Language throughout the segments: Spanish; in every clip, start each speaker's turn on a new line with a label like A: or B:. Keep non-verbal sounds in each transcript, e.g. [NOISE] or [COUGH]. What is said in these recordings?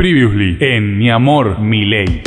A: Previously en Mi Amor, Mi Ley.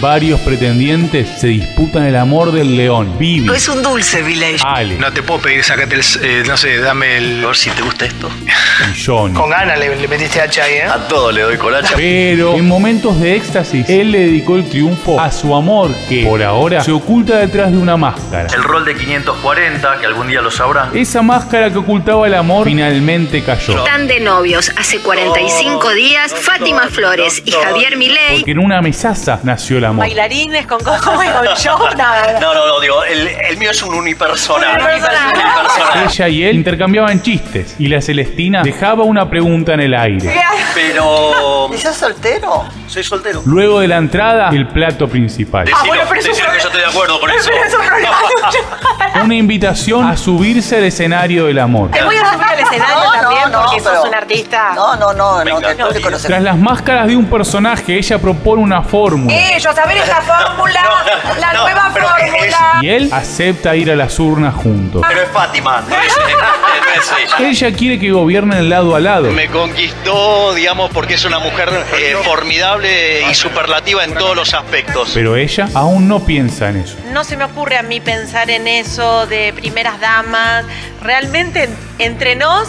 A: Varios pretendientes se disputan el amor del león. Vivi,
B: No es un dulce, Village.
A: Ale
C: Ah, No te puedo pedir, sacate el. eh, no sé, dame el.
D: A ver si te gusta esto. Ah,
A: y Johnny.
C: Con ganas le, le metiste a Chay, ¿eh?
D: A todo le doy colacha.
A: Pero en momentos de éxtasis, él le dedicó el triunfo a su amor que, por ahora, se oculta detrás de una máscara.
D: El rol de 540, que algún día lo sabrán.
A: Esa máscara que ocultaba el amor finalmente cayó.
E: Están de novios hace 45 días Fátima Flores y Javier Milei.
A: Porque en una mesaza nació el amor.
B: Bailarines con Coco y
F: [LAUGHS]
B: con Jonah.
D: No, no, no, digo, el, el mío es un unipersonal.
B: Unipersonal.
D: Unipersonal.
A: Ella y él intercambiaban chistes y la Celestina dejaba una pregunta en el aire.
B: [LAUGHS]
D: Pero.
F: ¿Estás soltero?
D: Soy soltero.
A: Luego de la entrada, el plato principal.
D: Decilo,
B: Ah, bueno, pero es un
D: decilo que
B: problema.
D: yo estoy de
B: [LAUGHS]
D: acuerdo con eso.
B: Pero es un problema tuyo.
A: Una invitación a subirse al escenario del amor.
B: Te voy a subir al escenario
F: No, no,
B: también
F: no,
B: porque
F: pero-
B: sos un artista.
F: No, no, no, no,
D: Venga,
F: te, no te
D: tío.
F: conoces.
A: Tras las máscaras de un personaje, ella propone una fórmula.
B: Ellos, Eh, a ver esta fórmula,
D: no,
B: la
D: no,
B: nueva
D: pero
B: fórmula.
A: Y él acepta ir a las urnas juntos.
D: Pero es Fátima, no
B: [LAUGHS]
D: es, no es ella.
A: Ella quiere que gobiernen lado a lado.
C: Me conquistó, digamos, porque es una mujer eh, formidable y superlativa en todos los aspectos.
A: Pero ella aún no piensa en eso.
G: No se me ocurre a mí pensar en eso de primeras damas. Realmente, entre nos,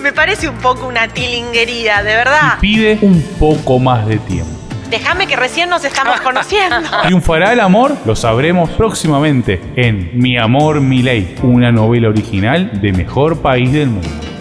G: me parece un poco una tilinguería, de verdad.
A: Y pide un poco más de tiempo.
G: Déjame que recién nos estamos conociendo.
A: ¿Triunfará el amor? Lo sabremos próximamente en Mi Amor, Mi Ley, una novela original de Mejor País del Mundo.